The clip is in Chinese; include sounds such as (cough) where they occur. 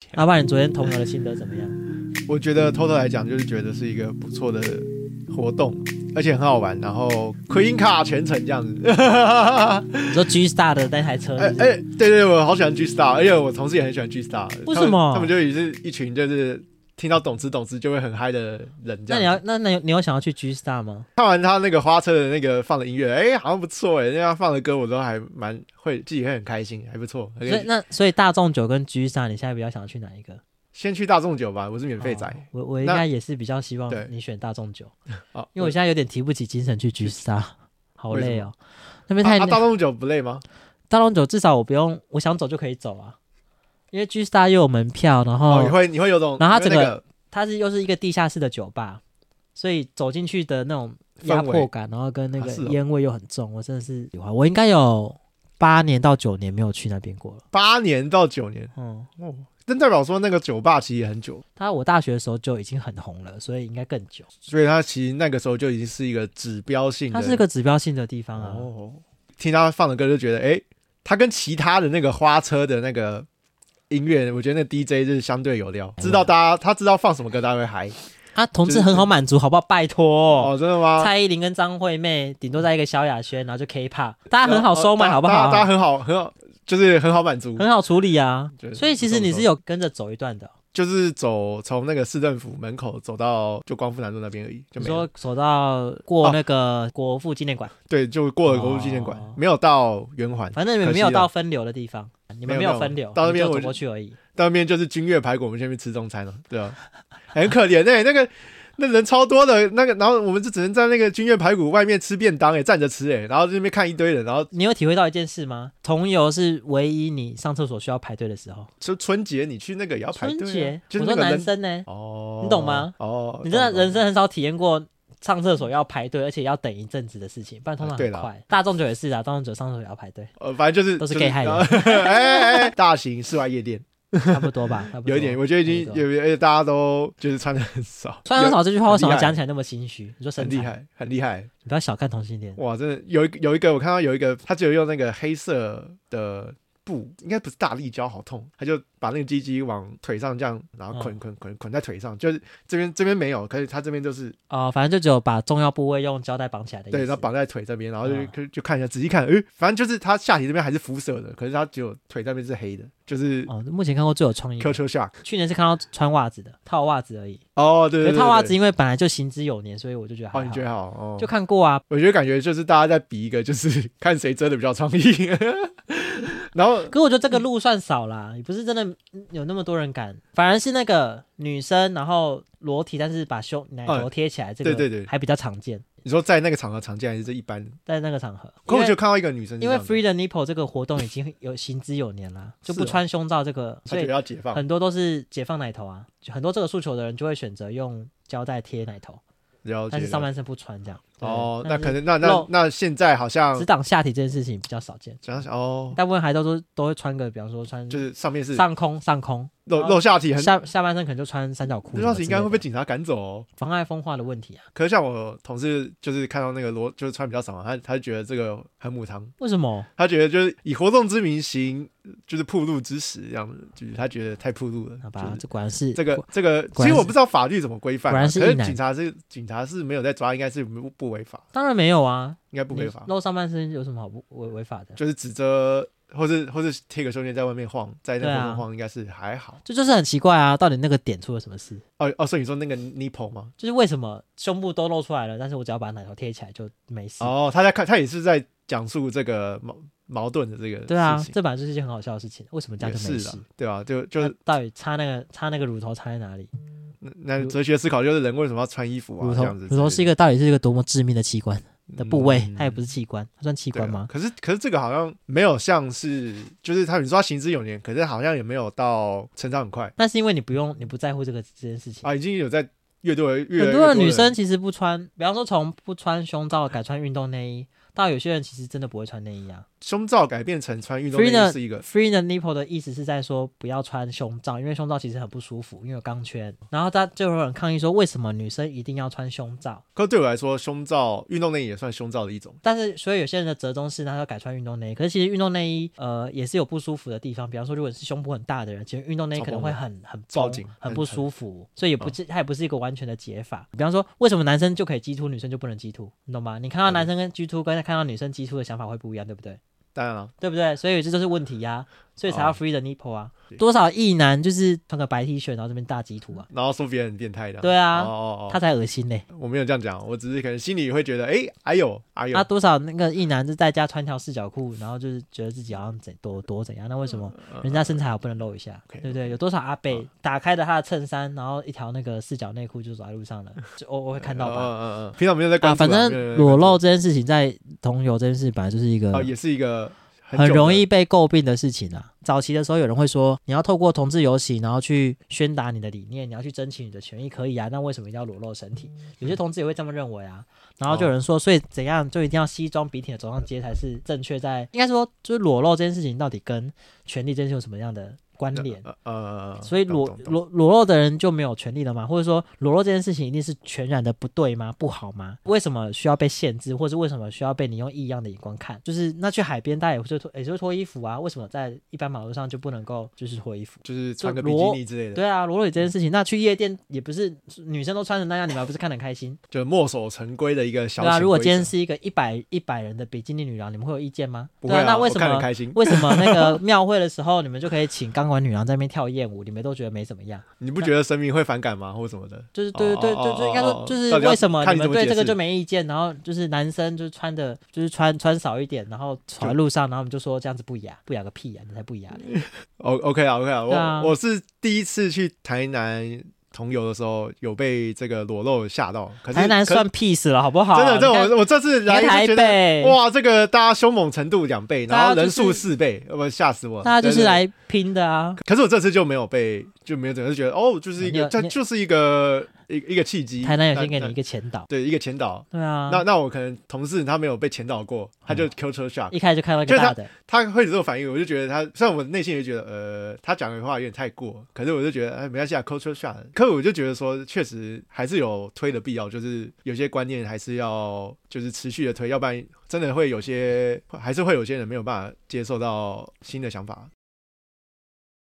强。阿爸，你昨天同游的心得怎么样？我觉得偷偷来讲，就是觉得是一个不错的活动，而且很好玩。然后 Queen 卡全程这样子， (laughs) 你说 G Star 的那台车哎是不哎、是，对对对，我好喜欢 G Star，而且我同事也很喜欢 G Star。为什么他们？他们就也是一群就是听到懂词懂词就会很嗨的人这那样。你要那那你有想要去 G Star 吗？看完他那个花车的那个放的音乐，哎、好像不错哎、人家放的歌我都还蛮会，自己会很开心，还不错。还可以所以那所以大众酒跟 G Star，你现在比较想去哪一个？先去大众酒吧，我是免费仔哦我我应那该也是比较希望对你选大众酒，哦，因为我现在有点提不起精神去 G Star，好为什累么哦。那边太啊啊大众酒不累吗？大众酒至少我不用，我想走就可以走啊，因为 G Star 又有门票，然哦，后你会你会有种，然后它因为整那个它是又是一个地下室的酒吧，所以走进去的那种氛围压迫感，然后跟那啊个是哦烟味又很重，我真的是喜欢。我应该有八年到九年没有去那边过了。八年到九年，嗯，真代表说那个酒吧其实也很久，他我大学的时候就已经很红了，所以应该更久。所以它其实那个时候就已经是一个指标性的。它是个指标性的地方啊。哦，听他放的歌就觉得，哎、他跟其他的那个花车的那个音乐，我觉得那 DJ 就是相对有哎料，知道大家他知道放什么歌，大家会嗨。啊，同志很好满足，好不好？拜托。哦，真的吗？蔡依林跟张惠妹顶多在一个萧亚轩，然后就 K-pop，大家很好收买，哦好不大好家？大家很好，很好，就是很好满足，很好处理啊。就是所以其实你是有跟着走一段的，就是走从那个市政府门口走到就光复南路那边而已，就你没有。说走到过哦那个国父纪念馆，对，就过了国父纪念馆，哦没有到圆环，反正你们没可有惜了到分流的地方，你们没没有有分流，到那边你们就我走过去而已。到那边就是君悦排骨，我们先去吃中餐了，对啊，很可怜哎、那个那人超多的，那个然后我们就只能在那个君悦排骨外面吃便当哎、站着吃哎、然后这边看一堆人，然后你有体会到一件事吗？同游是唯一你上厕所需要排队的时候。春春节你去那个也要排队、啊，春节，就是我那说个男人生呢，哦，你懂吗？哦，你真的懂懂人生很少体验过上厕所要排队，而且要等一阵子的事情，不然通常啊对很啦快。大众酒也是啊，大众酒上厕所也要排队，呃，反正就是都是就 gay 害的然后 (laughs) 哎哎哎，大型室外夜店差不多吧， (laughs) 差不多有一点，。我觉得已经差不多有，而且大家都就是穿的很少，穿很少这句话，为什么很厉害讲起来那么心虚？你说有，身很厉材，害，很厉害，你不要小看同性恋。哇，真的有一个有一个，我看到有一个，他只有用那个黑色的布，应该不是大力胶，好痛，他就把那个鸡鸡往腿上这样，然嗯后捆捆捆捆在腿上，就是这边这边没有，可是他这边就是哦，反正就只有把重要部位用胶带绑起来的意思。对，然后绑在腿这边，然后就、嗯就就看一下，仔细看，诶、反正就是他下体这边还是肤色的，可是他只有腿那边是黑的，就是哦，目前看过最有创意的。 culture shock。去年是看到穿袜子的，套袜子而已。哦，对可对是对，套袜子对因为本来就行之有年，所以我就觉得还哦，你好。觉得好哦，就看过啊，我觉得感觉就是大家在比一个，就是 (laughs) 看谁真的比较创意， (laughs) 然后可我觉得这个路算少啦，也不是真的有那么多人敢，反而是那个女生，然后裸体，但是把胸奶头贴起来，这个对对对还比较常见，你说在那个场合常见还是这一般在那个场合。可我因就为看到一个女生是因这为样子， free the nipple 这个活动已经有行之有年啦，是就哦不穿胸罩这个，她所觉得以要解放，很多都是解放奶头啊，就很多这个诉求的人就会选择用胶带贴奶头，了解。但是上半身不穿这样。对哦，那但是可能那那露那现在好像只挡下体这件事情比较少见，想想哦，大部分还都都都会穿个，比方说穿就是上面是上空上空，露哦露下体很，下下半身可能就穿三角裤什露么之下体类的，应该会被警察赶走哦。妨碍风化的问题啊？可是像我同事就是看到那个罗就是穿比较少嘛，他他就觉得这个很母汤，为什么？他觉得就是以活动之名行就是铺路之实这样子，就是他觉得太铺路了。好就吧是，这果然是这个果这个，果其然实我是不知道法律怎么规范啊，果然是可一男警察是警察是没有在抓，应该是不不违法，当然没有啊，应该不违你法，露上半身有什么好不违违法的？就是指着或是或是贴个胸垫在外面晃，在那对个啊活动晃应该是还好。这就是很奇怪啊，到底那个点出了什么事？哦哦，所以你说那个 nipple 吗？就是为什么胸部都露出来了，但是我只要把奶头贴起来就没事？哦，他在看，他也是在讲述这个矛矛盾的这个对啊事，情这本来就是一件很好笑的事情，为什么这样也就没是事的？，对吧、就就那到底插那个插那个乳头插在哪里？那那哲学思考就是人为什么要穿衣服啊？乳这头样子之类的，乳头是一个到底是一个多么致命的器官的部位，嗯它也不是器官，它算器对啊官吗？可是可是这个好像没有像是，就是他你说他行之有年，可是好像也没有到成长很快那是因为你不用你不在乎这个这件事情。啊，已经有在越多越来越很多多的的女生其实不穿，比方说从不穿胸罩改穿运动内衣，到有些人其实真的不会穿内衣啊。胸罩改变成穿运动内 free 衣呢是一个， free the nipple 的意思是在说不要穿胸罩，因为胸罩其实很不舒服，因为有钢圈。然后他就有人抗议说，为什么女生一定要穿胸罩？可对我来说，胸罩运动内衣也算胸罩的一种。但是所以有些人的折中是，他要改穿运动内衣。可是其实运动内衣呃也是有不舒服的地方，比方说如果你是胸部很大的人，其实运动内衣可能会很很超绷紧很很嗯不舒服，所以也不是、它也不是一个完全的解法。比方说为什么男生就可以 G two，女生就不能 G two，你懂吗？你嗯看到男生跟 G two 跟看到女生 G two 的想法会不一样，对不对？当然了，对不对？所以这就是问题呀、所以才哦要 free the nipple 啊。对多少异男就是穿个白 T 恤，然后这边大鸡图啊，然后说别人很变态的，对啊哦他哦才恶心嘞、哦，我没有这样讲，我只是可能心里会觉得，哎，哎呦，哎他、呦，多少那个异男就在家穿条四角裤，然后就是觉得自己好像怎多多怎样，那为什嗯么人家身材好不能露一下， OK，对不对？有多少阿贝打开了他的衬衫，然后一条那个四角内裤就走在路 (laughs) 上了，就偶尔会看到嗯吧。嗯嗯嗯，平常没有在关啊，注反啦没有正在裸关注露这件事情在同游这件事本来就是一个哦，也是一个很很久容的易被诟病的事情啊。早期的时候，有人会说，你要透过同志游行，然后去宣达你的理念，你要去争取你的权益，可以啊。那为什么一定要裸露身体？有些同志也会这么认为啊。然后就有人说，所以怎样就一定要西装笔挺的走上街才是正确在？应该说，就是裸露这件事情到底跟权力这件事有什么样的关联？呃呃，所以懂裸懂懂裸裸露的人就没有权利了吗？或者说裸露这件事情一定是全然的不对吗？不好吗？为什么需要被限制，或是为什么需要被你用异样的眼光看？就是那去海边，大家也会脱，也就脱衣服啊。为什么在一般马路上就不能够就是脱衣服？就是穿就个比基裸尼之类的，对啊，裸露这件事情，那去夜店也不是女生都穿成那样，你们还不是看得很开 (laughs) 心？就是墨守成规的一个小对啊，潜如果规今天则是一个一百一百人的比基尼女郎，你们会有意见吗？不对会啊，那我为什看得很么开心？为什么那个庙会的时候，你们就可以请钢管女郎在那边跳艳舞，你们都觉得没怎么样？你不觉得神明会反感吗，或者什么的？就是哦对对哦对，哦就应该哦说就是到底要为什么看你你怎们么对解这个释就没意见，然后就是男生就是穿的就是穿穿少一点，然后走在路上，然后我们就说这样子不雅，不雅个屁呀，啊你才不雅嘞！ O OK 啊 OK 啊，我对啊我是第一次去台南同游的时候，有被这个裸露吓到。可是台南可算 peace 了好不好？啊真的，这你看我我这次你看来台就觉得北，哇，这个大家凶猛程度两倍，然大后家就人数是四倍，要不吓死我了。大家就对是。来拼的啊！对对可是我这次就没有被，就没有整个就觉得哦，就是一你个，有这你就是一个一一个契机。台南有先给嗯那你一个前导，对一个前导。对啊，那那我可能同事他没有被前导过，他就 culture shock，、一开始就看到一个就是大的，他会有这种反应，我就觉得他，虽然我内心也觉得，呃，他讲的话有点太过，可是我就觉得，哎，没关系啊，culture shock。可我就觉得说，确实还是有推的必要，就是有些观念还是要就是持续的推，要不然真的会有些，还是会有些人没有办法接受到新的想法。